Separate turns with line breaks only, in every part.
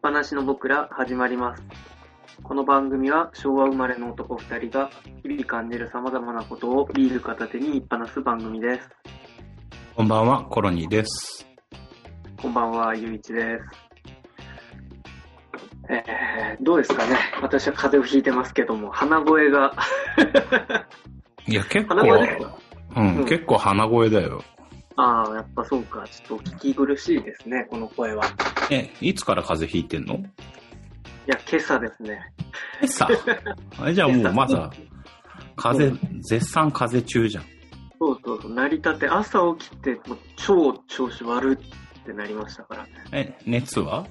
ぱなしの僕ら始まります。この番組は昭和生まれの男2人が日々感じる様々なことをビール片手に言いっぱなす番組です。
こんばんは、コロニーです。
こんばんは、ゆういちです。えー、どうですかね私は風邪をひいてますけども、鼻声が、
いや、結構
鼻声、
うん、
うん
結構鼻声だよ。
ああ、やっぱそうか、ちょっと聞き苦しいですね、この声は。
え、いつから風邪ひいてんの
いや、今朝ですね。
今 朝。あれじゃあもうまだ、風邪、絶賛風邪中じゃん。
そうそうそう、成り立て、朝起きて、もう超調子悪ってなりましたからね。
え、熱は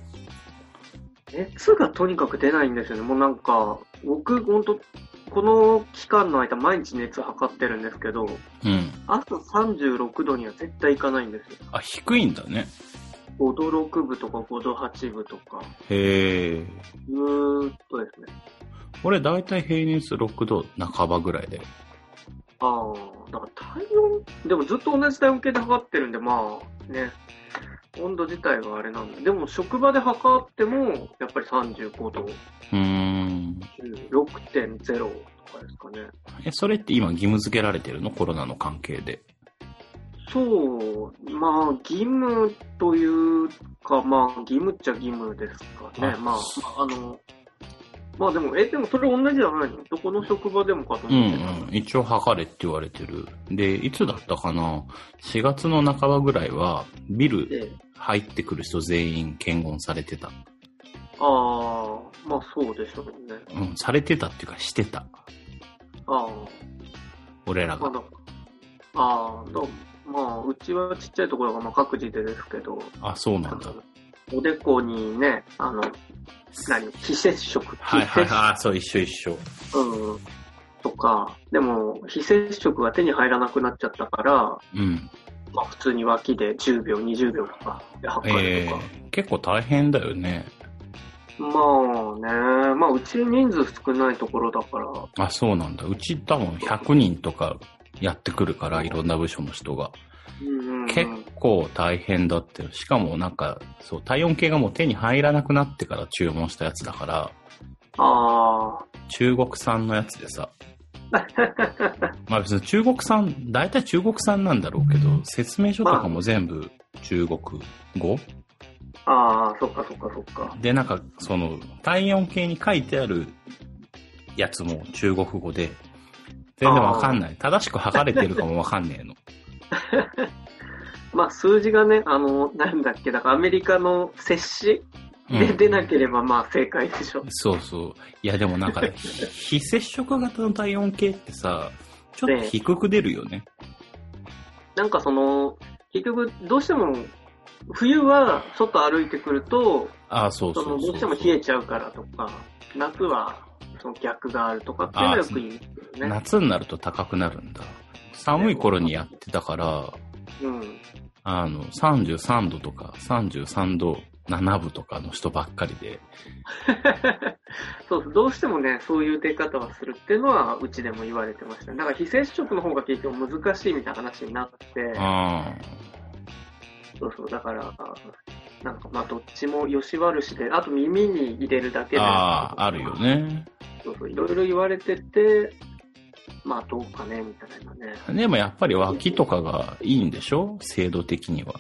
熱がとにかく出ないんですよね。もうなんか、僕、ほんと、この期間の間、毎日熱測ってるんですけど、
うん。
朝36度には絶対いかないんですよ。
あ、低いんだね。
5度6分とか5度8分とか、
へえ。
ずーっとですね。
俺だいたい平熱6度半ばぐらいだよ。
ああ、だから体温、でもずっと同じ体温計で測ってるんで、まあね、温度自体はあれなんで、でも職場で測っても、やっぱり35度、
うーん。
6.0とかですかね。
え、それって今義務付けられてるのコロナの関係で。
そう、まあ、義務というか、まあ、義務っちゃ義務ですかね。
あ
まあ、あの、まあでも、え、でもそれ同じじゃないのどこの職場でもかと
うん
思ってた。
うん。一応測れって言われてる。で、いつだったかな ?4 月の半ばぐらいは、ビル、
で、
入ってくる人全員検温されてた。
ああ、まあそうでしょうね。
うん、されてたっていうかしてた。
あ
俺ら
あ、まあ
が。
だ、ああ、だまあ、うちはちっちゃいところが、まあ、各自でですけど、
あ、そうな
あ
んだ
の。おでこにね、あの、何、非接触、
は
非
いはい
接
はいあ、そう、一緒一緒。
うんとか、でも、非接触が手に入らなくなっちゃったから、
うん。
まあ、普通に脇で10秒、20秒とかで測る
え
とか。
ー、結構大変だよね。
まあね、まあ、うち人数少ないところだから、
あ、そうなんだ。うち多分100人とかやってくるから、いろんな部署の人が。
うんうん
結構大変だってよ。しかもなんか、そう、体温計がもう手に入らなくなってから注文したやつだから、
あ
中国産のやつで さ。まあ別に中国産、大体中国産なんだろうけど、説明書とかも全部中国語、
あ、ああ、そっかそっかそっか。
で、なんかその体温計に書いてあるやつも中国語で、全然わかんない。正しく測れてるかもわかんねえの。
まあ、数字がね、あの、なんだっけ、だからアメリカの接種
うん
で出なければ、まあ、正解でしょ。
そうそう。いやでもなんか、 ひ非接触型の体温計ってさ、ちょっと低く出るよね。
なんかその、結局、どうしても、冬は外歩いてくると、
ああ、そう
そ
そ
の
う
ど
そうう
しても冷えちゃうからとか、夏はその逆があるとかっていうのがよく言うんですよね。
夏になると高くなるんだ。寒い頃にやってたから、
うん。
あの、33度とか、33度7分とかの人ばっかりで、
そうそうどうしてもね、そういう出方はするっていうのは、うちでも言われてましたね。だから非接触の方が結局難しいみたいな話になって、
あ
そうそう、だから、なんかまあどっちも良し悪しで、あと耳に入れるだけで、
あ、ああ、あるよね。
そうそう、いろいろ言われてて、まあどうかね、みたいなね。
でもやっぱり脇とかがいいんでしょ制度的には。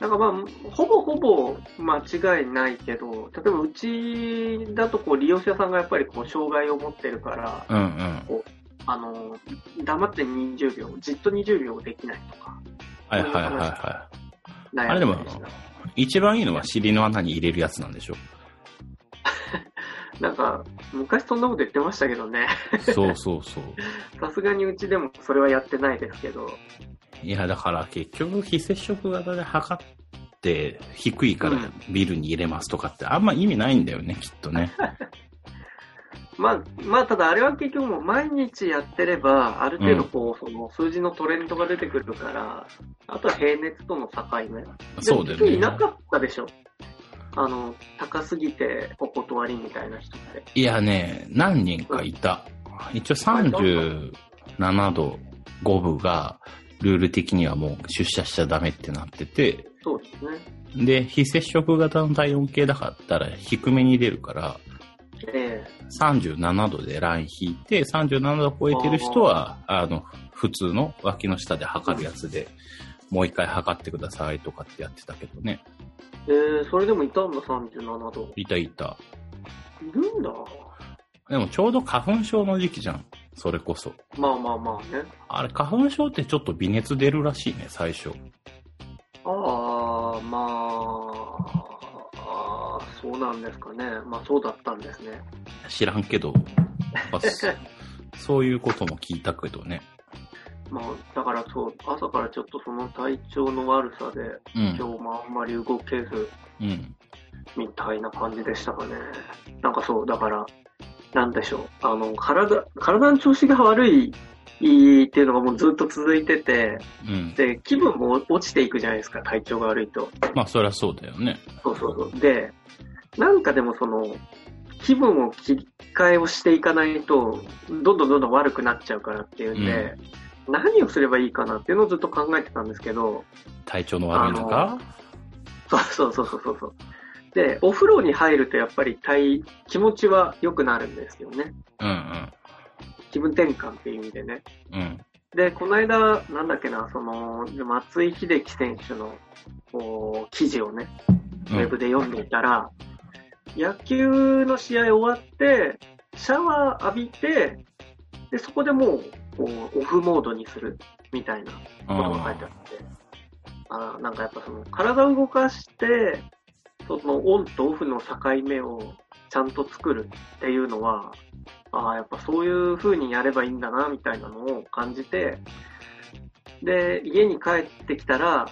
なんかまあ、ほぼほぼ間違いないけど、例えばうちだとこう利用者さんがやっぱりこう障害を持ってるから、
うんうん。
あの、黙って20秒、じっと20秒できないとか、
はいはいはいは
悩
い。
ん
あれでも
だりしな、
一番いいのは尻の穴に入れるやつな んでしょ
なんか、昔そんなこと言ってましたけどね、
そうそうそう。
さすがにうちでもそれはやってないですけど、
いや、だから結局非接触型で測って低いからビルに入れますとかってあんま意味ないんだよね、きっ とね。
まあ、まあ、ただあれは結局もう毎日やってれば、ある程度こう、その数字のトレンドが出てくるから、あとは平熱との境目。
そうだよ
で
ね。
いなかったでしょあの、高すぎてお断りみたいな人って。
いやね、何人かいた。一応37度5分がルール的にはもう出社しちゃダメってなってて、
そうですね。
で、非接触型の体温計だったら低めに出るから、
え
37度でライン引いて、37度超えてる人は、あの、普通の脇の下で測るやつで、もう一回測ってくださいとかってやってたけどね。
ええーそれでもいたんだ、37度。
いたいた。
いるんだ。
でもちょうど花粉症の時期じゃん。それこそ。
まあまあまあね。
あれ、花粉症ってちょっと微熱出るらしいね、最初。
ああ、まあ、あーそうなんですかね。まあそうだったんですね。
知らんけど。 まあそそういうことも聞いたけどね。
まあだからそう、朝からちょっとその体調の悪さで、
う
今
ん。
日もあんまり動けず、
うん。
みたいな感じでしたかね。なんかそう、だから、なんでしょう。あの、体、体の調子が悪いっていうのがもうずっと続いてて、
うん。
で、気分も落ちていくじゃないですか、体調が悪いと。
まあ、そりゃそうだよね。
そうそうそう。で、なんかでもその、気分を切り替えをしていかないと、どんどんどんどん悪くなっちゃうからっていうんで、何をすればいいかなっていうのをずっと考えてたんですけど、
体調の悪い中。
そう そうそうそうそうそう。で、お風呂に入るとやっぱり体、気持ちは良くなるんですよね。
うん
気分転換っていう意味でね。
うん。うん。
で、この間、なんだっけな、その、松井秀喜選手のこう記事をね、ウ
う
ェブ
ん。
で読んでいたら、野球の試合終わって、シャワー浴びて、で、そこでもう、こうオフモードにする、みたいなことが書いてあって、あーなんかやっぱその、体を動かして、その、オンとオフの境目をちゃんと作るっていうのは、ああ、やっぱそういう風にやればいいんだな、みたいなのを感じて、で、家に帰ってきたら、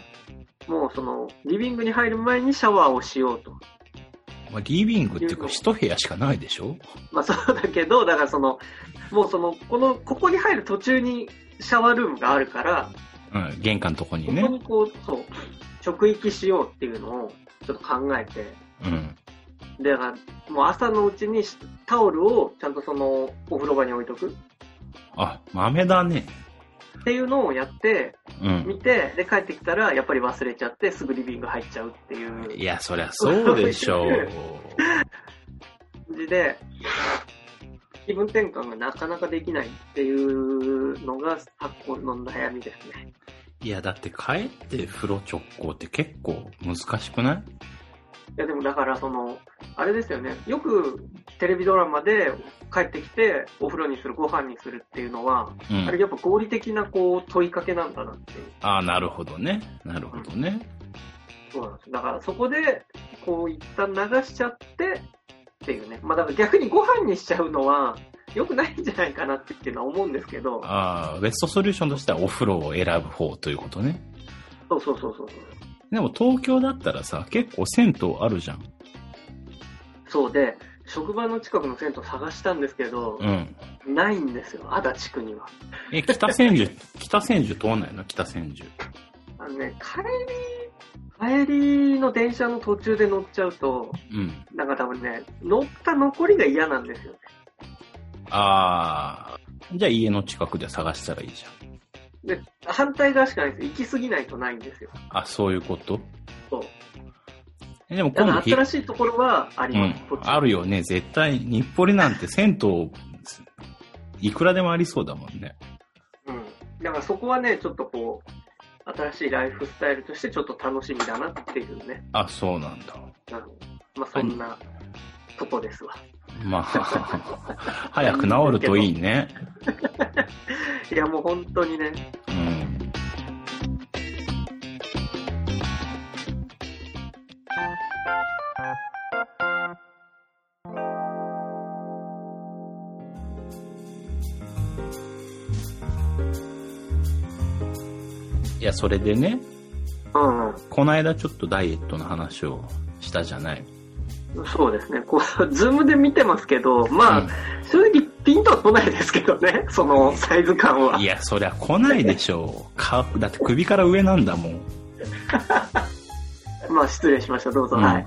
もうその、リビングに入る前にシャワーをしようと。
まあ、リビングっていうか、一部屋しかないでしょ
まあそうだけど、だからその、もうその、この、ここに入る途中にシャワールームがあるから、
うん。玄関のとこに
ここ
ね。
にこう、そう、直域しようっていうのをちょっと考えて、
うん。
でだからもう朝のうちにタオルをちゃんとそのお風呂場に置いとく
あ、豆だね。
っていうのをやって
うん。
みてで帰ってきたらやっぱり忘れちゃってすぐリビング入っちゃうっていう
いや、そりゃそうでしょう。
感じで気分転換がなかなかできないっていうのが昨今の悩みですね
いや、だって帰って風呂直行って結構難しくない
いやでもだからそのあれですよねよくテレビドラマで帰ってきてお風呂にするご飯にするっていうのは
う
あれ
ん。
やっぱ合理的なこう問いかけなんだなっていう
ああ、なるほどね。なるほどね。
そうなんですだからそこで、こう一旦流しちゃってっていうね。まあだから逆にご飯にしちゃうのは良くないんじゃないかなっていうのは思うんですけど、
ああ、ベストソリューションとしてはお風呂を選ぶ方ということね。
そうそうそうそう。
でも東京だったらさ、結構銭湯あるじゃん。
そうで、職場の近くの銭湯探したんですけど
う、ん。
ないんですよ、足立区には。
え、北千住、北千住通んないの北千住。
あのね、帰り、帰りの電車の途中で乗っちゃうと、
うん。
なんか多分ね、乗った残りが嫌なんですよね。
ああ、じゃあ家の近くで探したらいいじゃん。
反対側しかないんですよ。行き過ぎないとないんですよ。
あ、そういうこと
そう。
えでも
だ
今
か
度
ら
ひ
新しいところはあり
う
ま
ん
す。、
あるよね。絶対、日暮里なんて銭湯、いくらでもありそうだもんね。
うん。だからそこはね、ちょっとこう、新しいライフスタイルとしてちょっと楽しみだなっていうね。
あ、そうなんだ。
うんまあそんなとこです わ。
まあ、早く治るといいね。
いやもう本当にね、
うん。いや、それでね、
うん、
この間ちょっとダイエットの話をしたじゃない。
うん、そうですね。こう、ズームで見てますけど、まあ、正直ピンとは来ないですけどね、そのサイズ感
う
は
ん、い。や、そりゃ来ないでしょう。かだって首から上なんだもん。
まあ失礼しました、どうぞ。
うん
はい。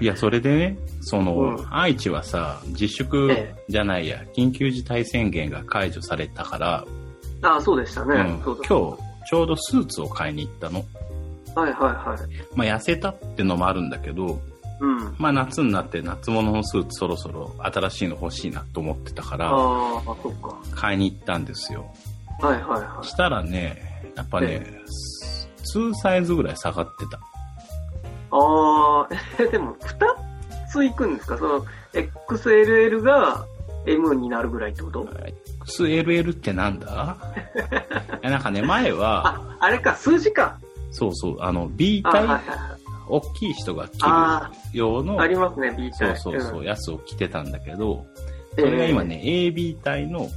いや、それでね、その、
うん
愛知はさ、自粛
え
じゃないや、緊急事態宣言が解除されたから、
ああ、そうでしたね。
うん、
そ
今
う
日、
だ
ちょうどスーツを買いに行ったの。
はいはいはい。
まあ、痩せたってのもあるんだけど、
うん。
まあ、夏になって夏物のスーツそろそろ新しいの欲しいなと思ってたから、
ああ、そっか。
買いに行ったんですよ。
はいはいは
したらね、やっぱね、2サイズぐらい下がってた。
い。ああ、え、でも、二ついくんですかその、XLL が M になるぐらいってこと
ス l l ってな んだいやなんかね、前は、
あ、あれか、数字か。
そうそう、あの、B
あ、はいは
体
い、は
大きい人が
あ
着る用の
い。あ、りますね、B
そう
体。
そうそう、
ん
やつを着てたんだけど、それが今。ね、AB 体の、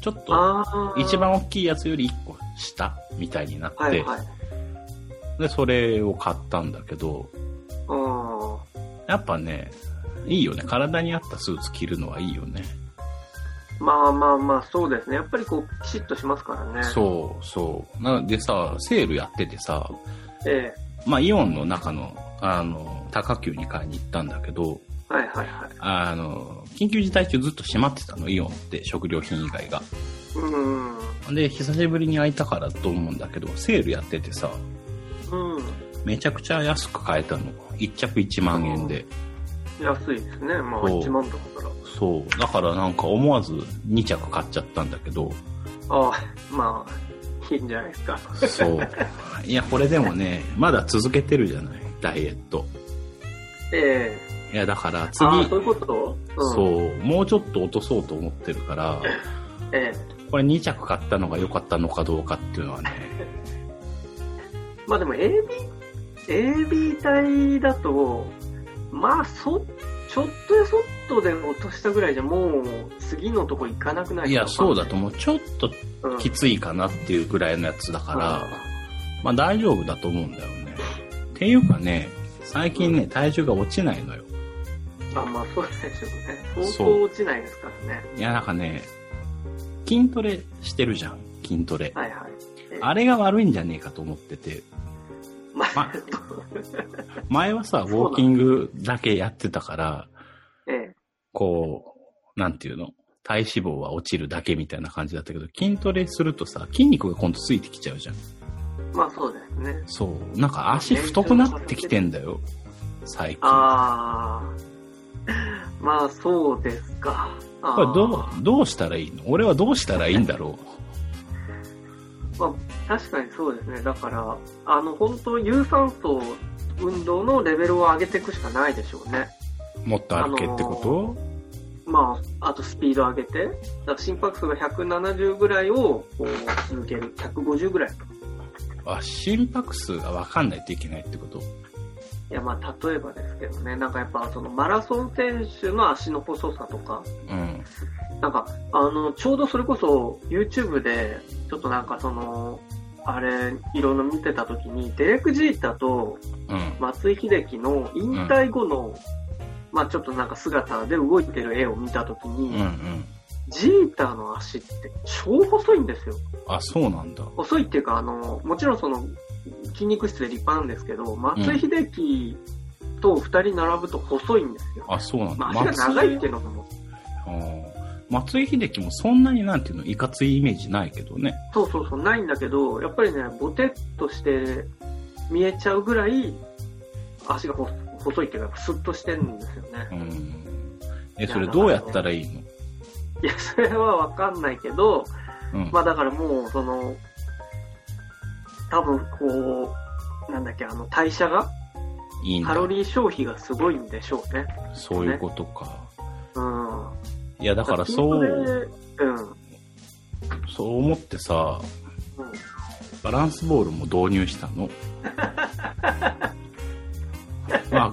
ちょっ
えー
と、
ああ。
一番大きいやつより1個下みたいになって、
はいはい。
で、それを買ったんだけど、
うん。
やっぱね、いいよね。体に合ったスーツ着るのはいいよね。
まあまあまあ、そうですね。やっぱりこう、ピシッとしますからね。う。
そうそう。なのでさ、セールやっててさ、
え
まあイオンの中の、あの、高級に買いに行ったんだけど、
えはいはいはい。
あの、緊急事態中ずっと閉まってたの、イオンって、食料品以外が。
うん。
で、久しぶりに開いたからと思うんだけど、セールやっててさ、
うん。
めちゃくちゃ安く買えたの。1着1万円で。
安いですね。まあ、
そう
1万とかから。
そう。だからなんか思わず2着買っちゃったんだけど、
ああ、まあ、いいんじゃないですか。
そう。いや、これでもね、まだ続けてるじゃない、ダイエット。
ええ
いや、だから次、
ああ、そういうこと、うん、う。
そう、もうちょっと落とそうと思ってるから、
ええ
これ2着買ったのが良かったのかどうかってい うのはね、
まあでも AB、AB 体だと、まあ、そ、ちょっとやそっとで落としたぐらいじゃ、もう、次のとこ行かなくない
いや、そうだと
思
思う。ちょっと
うん。
きついかなっていうぐらいのやつだから、
ら。
まあ大丈夫だと思うんだよね。っていうかね、最近ね、体重が落ちないのよ。
あ、まあ、そうでしょうね。相
そう
当落ちないですからね。
いや、なんかね、筋トレしてるじゃん、筋トレ。
はいはい。
あれが悪いんじゃねえかと思ってて、
ま
ま
あ、
前はさ、ウォーキングだけやってたから、
ええ。
こう、なんていうの体脂肪は落ちるだけみたいな感じだったけど、筋トレするとさ、筋肉が今度ついてきちゃうじゃん。
まあ、そうですね。
そう。なんか足太くなってきてんだよ。最近。
ああ。まあ、そうですか。あ
これ
ー
どう、どうしたらいいの俺はどうしたらいいんだろ
確かにそうですね。だから、あの、本当有酸素運動のレベルを上げていくしかないでしょうね。
うもっと歩けってこと、
まあ、あとスピード上げて、だから心拍数が170ぐらいをこう続ける。150ぐらいか。
あ、心拍数がわかんないといけないってこと
いや、まあ、例えばですけどね、なんかやっぱ、その、マラソン選手の足の細さとか、
うん。
なんか、あの、ちょうどそれこそ YouTube で、ちょっとなんかその、あれ、いろいろ見てた時に、デレク・ジータと
うん。
松井秀喜の引退後の、まあちょっとなんか姿で動いてる絵を見た時
う
に、
んうん。
ジータの足って超細いんですよ。
あ、そうなんだ。
細いっていうか、あの、もちろんその、筋肉質で立派なんですけど、松井秀喜と二人並ぶと細いんですよ。
あ、そうなんだ。
まあ足が長いっていうのも、
うん松井秀喜もそんなになんていうの、いかついイメージないけどね。
そうそうそう、ないんだけど、やっぱりね、ボテッとして見えちゃうぐらい、足がほ細いっていうか、スッとしてるんですよね
う。ん。え、それどうやったらいいの
いや、それはわかんないけど、
うん。
まあだからもう、その、多分こう、なんだっけ、あの、代謝が、
いいん
カ
だ。
ロリー消費がすごいんでしょうね。
そういうことか。
うん。
いや、だからそ
筋ト
う、
レうん。うん
そう思ってさ、バランスボールも導入したの。 まあ、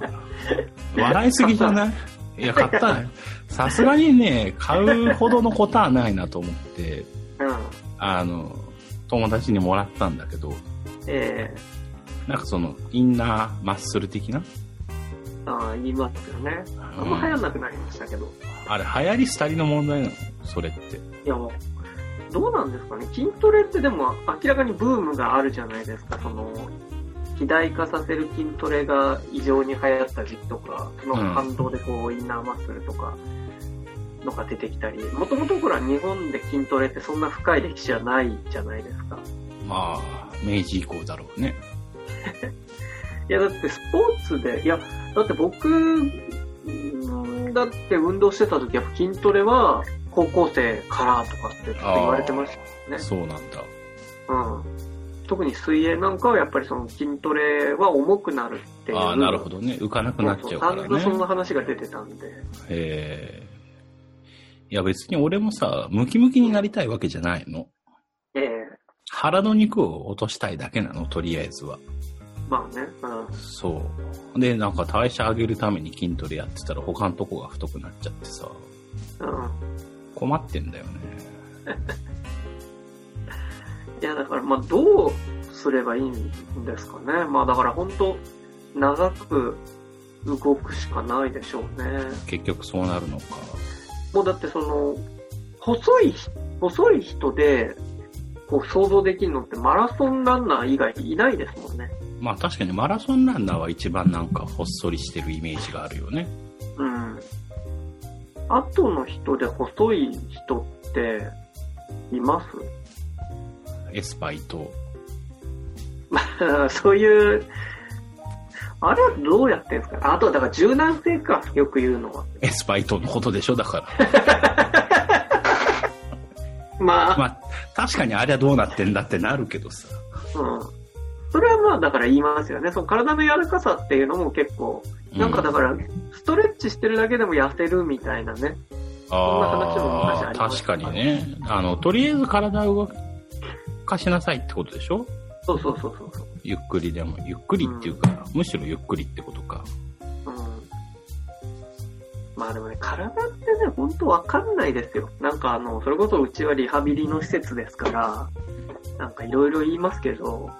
笑いすぎじゃないいや、買ったね。さすがにね、買うほどのことはないなと思って、
うん。
あの、友達にもらったんだけど、
ええ
なんかその、インナーマッスル的な、
ああ、言いますよね。あんま流行んなくなりましたけど。
あれ、流行り廃りの問題なのそれって。
いや、もう、どうなんですかね。筋トレってでも明らかにブームがあるじゃないですか。その、肥大化させる筋トレが異常に流行った時期とか、その反動でこう、インナーマッスルとか、のが出てきたり、もともとほら日本で筋トレってそんな深い歴史はないじゃないですか。
まあ、明治以降だろうね。
いや、だってスポーツで、いや、だって僕、うんだって運動してた時は筋トレは高校生からとかってずっと言われてましたね。
そうなんだ。
うん。特に水泳なんかはやっぱりその筋トレは重くなるっていう。
ああ、なるほどね。浮かなくなっちゃうから
そうそう散々そん
ね。
な話が出てたんで。
えーいや別に俺もさ、ムキムキになりたいわけじゃないの。
ええ
腹の肉を落としたいだけなの、とりあえずは。
まあね。うん。
そう。で、なんか代謝上げるために筋トレやってたら他のとこが太くなっちゃってさ、
うん。
困ってんだよね。
いや、だから、まあ、どうすればいいんですかね。まあ、だから、本当長く動くしかないでしょうね。
結局そうなるのか。
もう、だって、その、細い、細い人で、こう、想像できるのって、マラソンランナー以外いないですもんね。
まあ確かにマラソンランナーは一番なんかほっそりしてるイメージがあるよね。
うん。後の人で細い人って、います
エスパイと。
そういう、あれはどうやってんですかねあとはだから柔軟性か、よく言うのは。
エスパイとのことでしょだから。
まあ、
まあ、確かにあれはどうなってんだってなるけどさ。
うんそれはまあだから言いますよね。その体の柔らかさっていうのも結構、
う
なんかだから、ストレッチしてるだけでも痩せるみたいなね。んな話も昔
あ
あ
あ、
りまし
確
た
かにね。あの、とりあえず体を動かしなさいってことでしょ
そうそうそうそうそう。
ゆっくりでも、ゆっくりっていうか、むしろゆっくりってことか。
うん。まあでもね、体ってね、ほんとわかんないですよ。なんかあの、それこそうちはリハビリの施設ですから、なんかいろいろ言いますけど、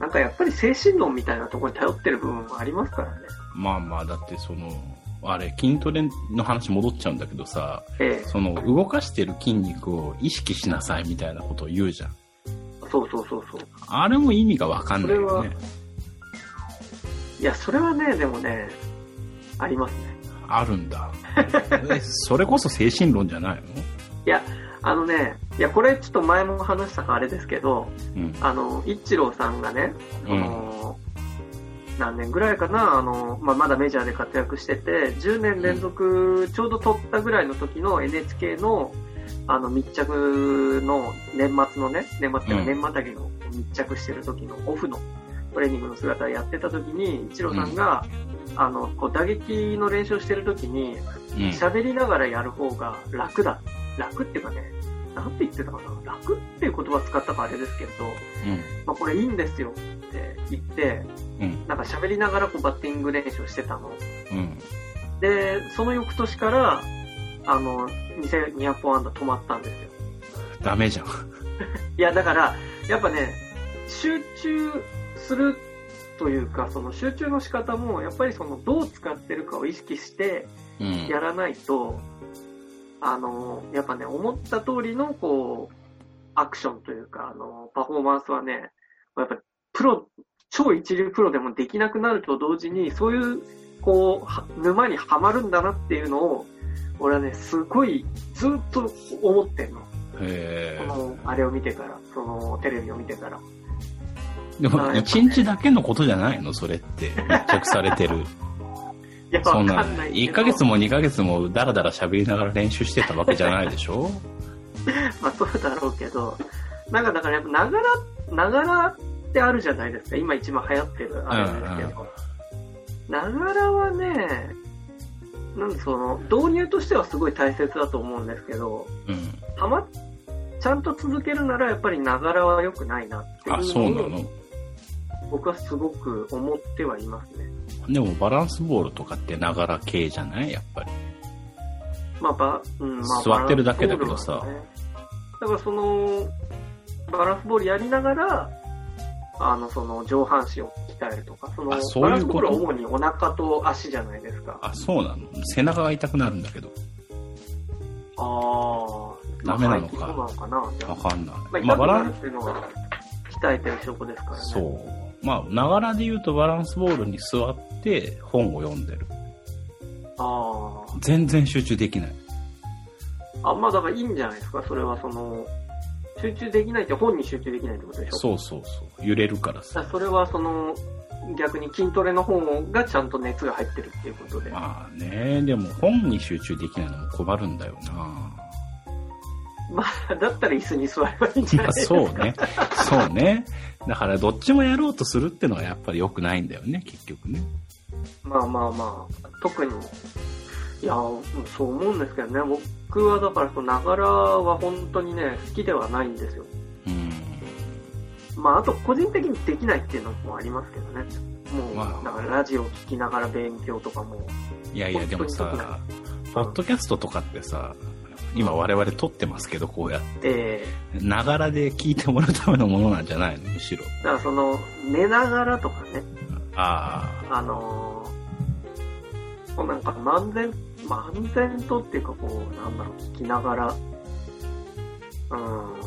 なんかやっぱり精神論みたいなところに頼ってる部分もありますからね。
まあまあ、だってその、あれ、筋トレの話戻っちゃうんだけどさ、
ええ。
その、動かしてる筋肉を意識しなさいみたいなことを言うじゃん。
そうそうそうそう。
あれも意味がわかんないよね
そ。いや、それはね、でもね、ありますね。
あるんだ。 えそれこそ精神論じゃないの
あのね、いや、これちょっと前も話したかあれですけど、
うん。
あの、一郎さんがね、
う
あ
ん。
の何年ぐらいかな、あの、まあ、まだメジャーで活躍してて、10年連続ちょうど撮ったぐらいの時の NHK の、あの、密着の年末のね、年末っていうか年末だけの密着してる時のオフのトレーニングの姿をやってた時に、一郎さんが、あの、こう打撃の練習をしてる時に、
うん。
喋りながらやる方が楽だ。楽っていうかね、なんて言ってたかな。楽っていう言葉使ったかあれですけど、まあこれいいんですよって言って、
うん
なんか喋りながらこうバッティング練習をしてたの。
うん。うん。
で、その翌年から、あの、2200本安打止まったんですよ。
ダメじゃん。
いや、だから、やっぱね、集中するというか、その集中の仕方も、やっぱりそのどう使ってるかを意識して、
うん。
やらないと、あの、やっぱね、思った通りの、こう、アクションというか、あの、パフォーマンスはね、やっぱプロ、超一流プロでもできなくなると同時に、そういう、こうは、沼にはまるんだなっていうのを、俺はね、すごい、ずっと思ってんの。
へ
この、あれを見てから、その、テレビを見てから。
え。でも、
はい
一日だけのことじゃないのそれって。密着されてる。
いや、 わ
そ
か
ん
ん
な
ないけど。
1ヶ月も2ヶ月もダラダラ喋りながら練習してたわけじゃないでしょ
まあそうだろうけど、なんかだからやっぱ、ながら、ながらってあるじゃないですか。今一番流行ってるあれなんですけど。ながらはね、なんでその、導入としてはすごい大切だと思うんですけど、
うん。
はま、ちゃんと続けるならやっぱりながらは良くないなってい
あ、
う
そうな
のを
の
僕はすごく思ってはいますね。
でもバランスボールとかってながら系じゃないやっぱり。
まあ、ば、うん、まあ、
座ってるだけだけどさ
バランスボールなんですねだからその、バランスボールやりながら、あの、その、上半身を鍛えるとか、その、
あそう
バ
い
ラン
う
スボ
こ
ー
と
ルは主にお腹と足じゃないですか。あ
あ、そうなの背中が痛くなるんだけど。
あー。
ダメなのか
まあそうなのかなじゃ
わかんな
あ。
い。まあ、バ
まあ、痛くなる
ラン
っていうのは、鍛えてる証拠ですからね。
ス、そう。まあ、ながらで言うとバランスボールに座って本を読んでる。
あ
全然集中できない。
あ。あ、まあ、だからいいんじゃないですか。それはその、集中できないって本に集中できないってことでしょ
そうそうそう。揺れるからさ。
だからそれはその、逆に筋トレの方がちゃんと熱が入ってるっていうことで。
まあね、でも本に集中できないのも困るんだよな。
まあ、 だったら椅子に座ればいいんじゃ な
ま
い
あ
ですか。
そうね。そうね。だからどっちもやろうとするってのはやっぱり良くないんだよね、結局ね。
まあまあまあ、特に、いや、そう思うんですけどね、僕はだからその、ながらは本当にね、好きではないんですよ。
うん。
まあ、あと個人的にできないっていうのもありますけどね。もう、
まあ
だからラジオ聞きながら勉強とかも。
いやいや、でもさ、ポッドキャストとかってさ、今我々撮ってますけど、こうやって。
え
ながらで聞いてもらうためのものなんじゃないのむしろ。
ーだからその、寝ながらとかね、
あ
あのーこうなんか漫然、漫然とっていうかこう、なんだろう、聞きながら、うーん、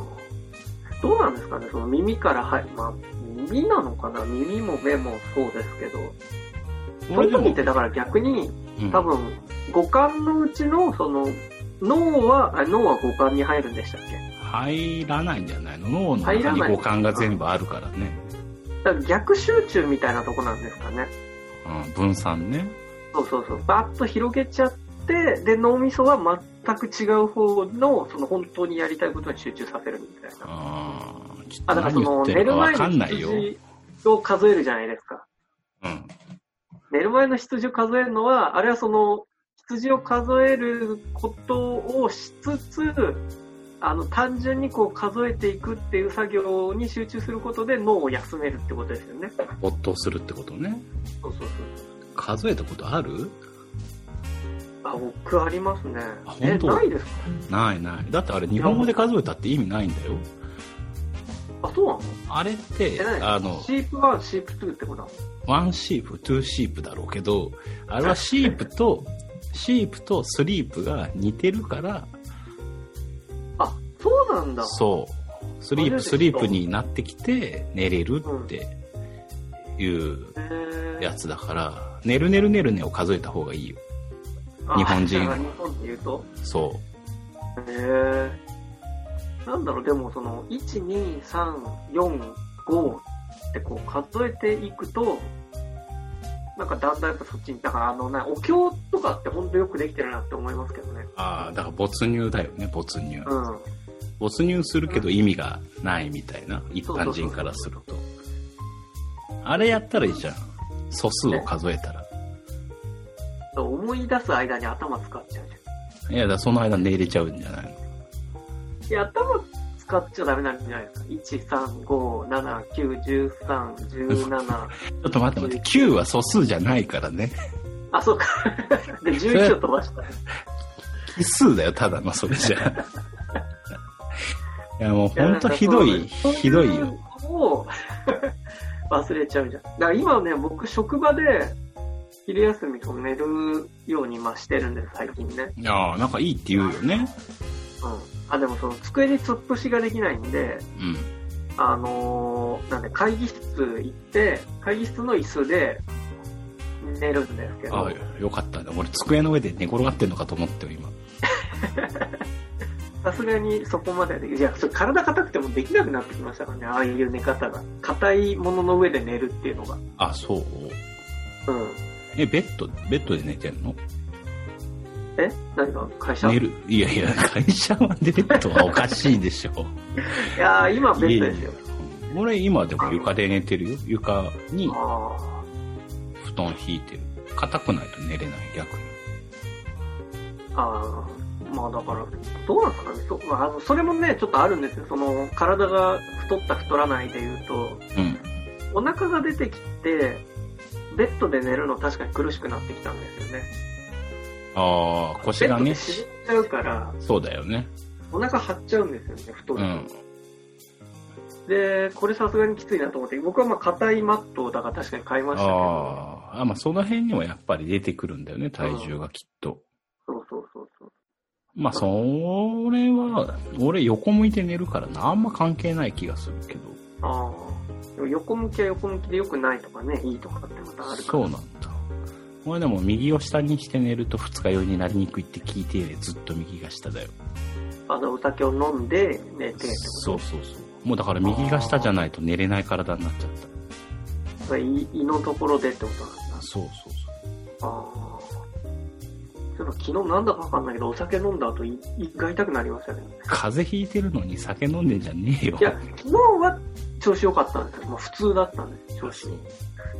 どうなんですかね、その耳から入、まあ、耳なのかな、耳も目もそうですけど、
あ。
そういう時ってだから逆に、
うん
多分、五感のうちの、その、脳は、あ脳は五感に入るんでしたっけ
入らないんじゃないの脳の
入
中
ら
に
ない
五感が全部あるからね。
だから逆集中みたいなとこなんですかね。
うん、分散ね。
そうそうそう、バーッと広げちゃって、で、脳みそは全く違う方の、その本当にやりたいことに集中させるみたいな。
ああ、ちょっ
あ、だ
と
から
何
そ
言
の、
って
寝
る
る
かわ
前
かん
の
ないよ。
羊を数えるじゃないですか。
うん。
寝る前の羊を数えるのは、あれはその、羊を数えることをしつつ、あの、単純にこう数えていくっていう作業に集中することで脳を休めるってことですよね。そう
没頭するってことね。
そうそう。
数えたことある
あ、僕ありますね
あ。
え、
本当
ないですか
ないない。だってあれ日本語で数えたって意味ないんだよ。
あ、そうなの
あれって
え、何
あの、
シープ1、シープ2ってことなの
ワンシープ、トゥーシープだろうけど、あれはシープと、シープとスリープが似てるから、
あ、そうなんだ。
そう。ス
あ
リ
れ
ー
で
プ、
す
スリープになってきて、寝れるっていう
へー
やつだから、寝る寝る寝るねを数えた方がいいよ。日本人
あだから日本で言うと。
そ
へえ。なんだろう、でもその、1、2、3、4、5ってこう数えていくと、なんかだんだんやっぱそっちに、だからあのな、お経とかって本当よくできてるなって思いますけどね
う。。ああ、だから没入だよね、没入。
うん。
没入するけど意味がないみたいな、一般人からすると。あれやったらいいじゃん。素数を数えたら。
思い出す間に頭使っちゃうじ
いや、だからその間寝れちゃうんじゃないの
ゃん。いや、頭使っちゃダメなんじゃないですか。1、3、5、7、9、13、17。
ちょっと待って待って、9は素数じゃないからね。
あ、そうか。 で、11を飛ばした。
奇数だよ、ただの、それじゃ。 いや、もうほんとひどい、ひどいよ。。
を忘れちゃうじゃん。だから今ね、僕職場で昼休みこう寝るようにまあしてるんです、最近ね。
いやーなんかいいって言うよね。
うん。あ、でもその机に突っ伏しができないんで、
うん。
あのーなんで会議室行って、会議室の椅子で寝るんですけど、
ああ、よかったね。俺、机の上で寝転がってんのかと思ってよ、今。
さすがにそこまでで、いや、それ体硬くてもできなくなってきましたからね、ああいう寝方が。硬いものの上で寝るっていうのが。
あ、そう。
うん。
え、ベッド、ベッドで寝てんの
え何が会社
寝るいやいや、会社までベッドはおかしいでしょ。
いやー、今ベッドですよ。
うん俺、今でも床で寝てるよ。床に
ああ。
布団敷いてる。硬くないと寝れない、逆に。
ああ、まあだから、どうなんですかねそ,、まあ、あのそれもね、ちょっとあるんですよ。その、体が太った太らないで言うと、
うん。
お腹が出てきて、ベッドで寝るの確かに苦しくなってきたんですよね。
ああ、腰が
ベッド
ね
で、縮んじゃうから、
そうだよね。
お腹張っちゃうんですよね、太る
う
と。
ん。
で、これさすがにきついなと思って、僕はまあ硬いマットをだから確かに買いましたけど、
あーあ、まあその辺にもやっぱり出てくるんだよね、体重がきっと。
そうそうそうそう。
まあそれは、俺横向いて寝るからな、あんま関係ない気がするけど。
ああ。でも横向きは横向きで良くないとかね、いいとかってまたあるから。
そうなんだ。俺でも右を下にして寝ると二日酔いになりにくいって聞いて、ずっと右が下だよ。
ああの、歌きを飲んで寝てってこと
そうそうそう。もうだから右が下じゃないと寝れない体になっちゃった。
それ胃胃のところでってことなんだ。
そうそうそ
ああ。そういえば昨日なんだかわかんないけど、お酒飲んだ後胃胃が痛くなりましたね。
う。風邪ひいてるのに酒飲んでんじゃねえよ。
い や、昨日は調子良かったんですよ。まあ普通だったんです、調子
そう。。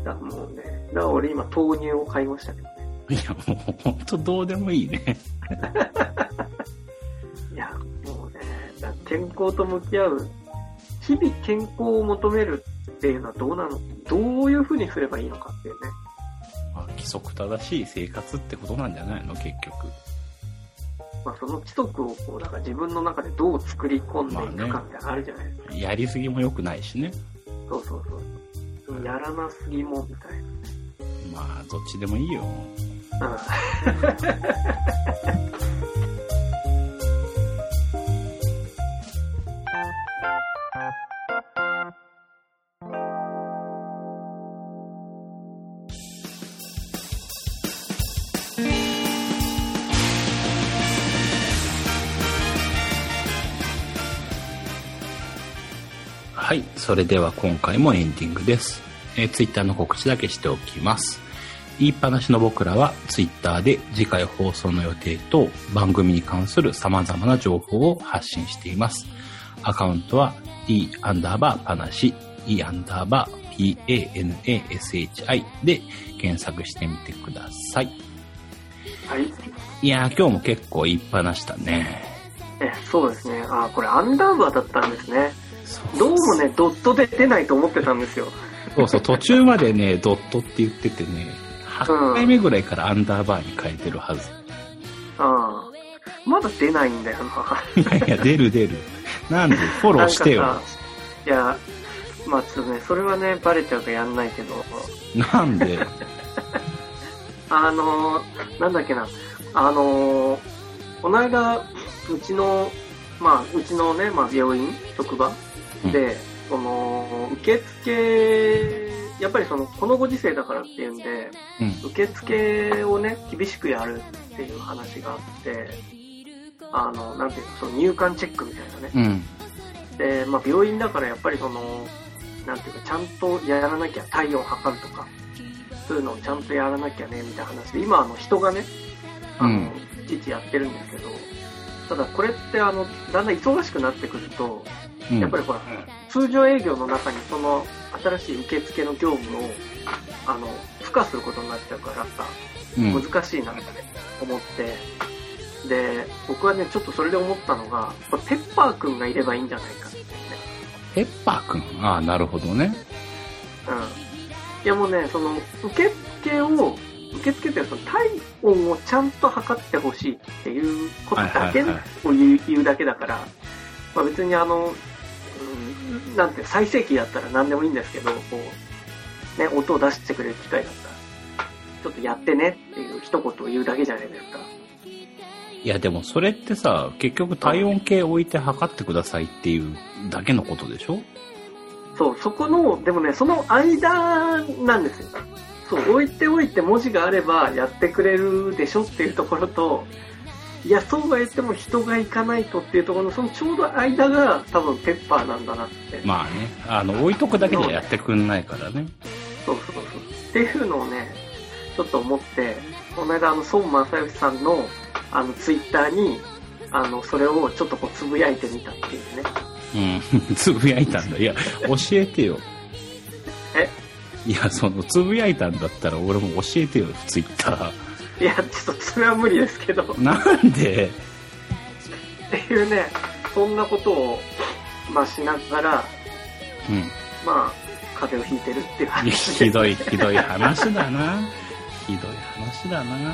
だからもうね、だから俺今豆乳を買いましたけどね。
いや、もう本当どうでもいいね。
いや、もうね、だから健康と向き合う、日々健康を求めるっていうのはどうなの、どういうふうにすればいいのかっていうね。
まあ、規則正しい生活ってことなんじゃないの結局。
まあその規則をこう、だから自分の中でどう作り込んでいく
まあ
かみたいなのあるじゃないですか。
やりすぎも良くないしね。
そうそうそう。やらなすぎもみたいな。
まあ、どっちでもいいよ。
うん
はい。それでは今回もエンディングです。えー、Twitter の告知だけしておきます。言いっぱなしの僕らは Twitter で次回放送の予定と番組に関する様々な情報を発信しています。アカウントは e アンダーバーパナシ e アンダーバー panashi で検索してみてください。
はい。
いやー、今日も結構言いっぱなしだね。
え、そうですね。あー、これアンダーバーだったんですね。
そう
どうもね、ドットで出ないと思ってたんですよ。
そうそう、途中までね、 ドットって言っててね、8回目ぐらいからアンダーバーに変えてるはず。
あーまだ出ないんだよな。
いやいや、出る出る。なんで、フォローしてよ。
なんかさいや、まあちょっとね、それはね、バレちゃうからやんないけど、
なんで、
あのー、なんだっけな、あのー、この間、うちの、まあうちのね、まあ病院、職場で、その、受付、やっぱりその、このご時世だからっていうんで、
うん、
受付をね、厳しくやるっていう話があって、あの、なんていうの、その入管チェックみたいなね。
うん、
で、まあ病院だからやっぱりその、なんていうか、ちゃんとやらなきゃ体温測るとか、そういうのをちゃんとやらなきゃね、みたいな話で、今あの人がね、あ
うん
の、いちいちやってるんですけど、ただこれってあの、だんだん忙しくなってくると、
うん。
やっぱりほら、通常営業の中にその新しい受付の業務を、あの、付加することになっちゃうからさ、
うん、
難しいなって思って、で、僕はね、ちょっとそれで思ったのが、これペッパーくんがいればいいんじゃないかってね。
ペッパーくん。ああ、なるほどね。
うん。いやもうね、その、受付を、受付っていうのはその体温をちゃんと測ってほしいっていうことだけを
はいはい
言う言うだけだから、まあ別にあの、うん、なんて、最盛期だったら何でもいいんですけど、こう、ね、音を出してくれる機会だったら、ちょっとやってねっていう一言を言うだけじゃないですか。
いや、でもそれってさ、結局体温計置いて測ってくださいっていうだけのことでしょ
そう、そこの、でもね、その間なんですよ。そう、置いておいて文字があればやってくれるでしょっていうところと、いや、そうは言っても人が行かないとっていうところの、そのちょうど間が多分ペッパーなんだなって。
まあね、あの、置いとくだけじゃやってくんないからね。
そうそうそう。っていうのをね、ちょっと思って、この間、あの、孫正義さんの、あの、ツイッターに、あの、それをちょっとこう、つぶやいてみたっていうね。
うん、 つぶやいたんだ。いや、教えてよ。
え
いや、その、つぶやいたんだったら俺も教えてよ、ツイッタ
いや、ちょっとそれは無理ですけど。
ー。 なんで
っていうね、そんなことを、まあ、しながら、
うん。
まあ、風邪を ひいてるっていう話
ひどい、ひどい話だな。ひどい話だな。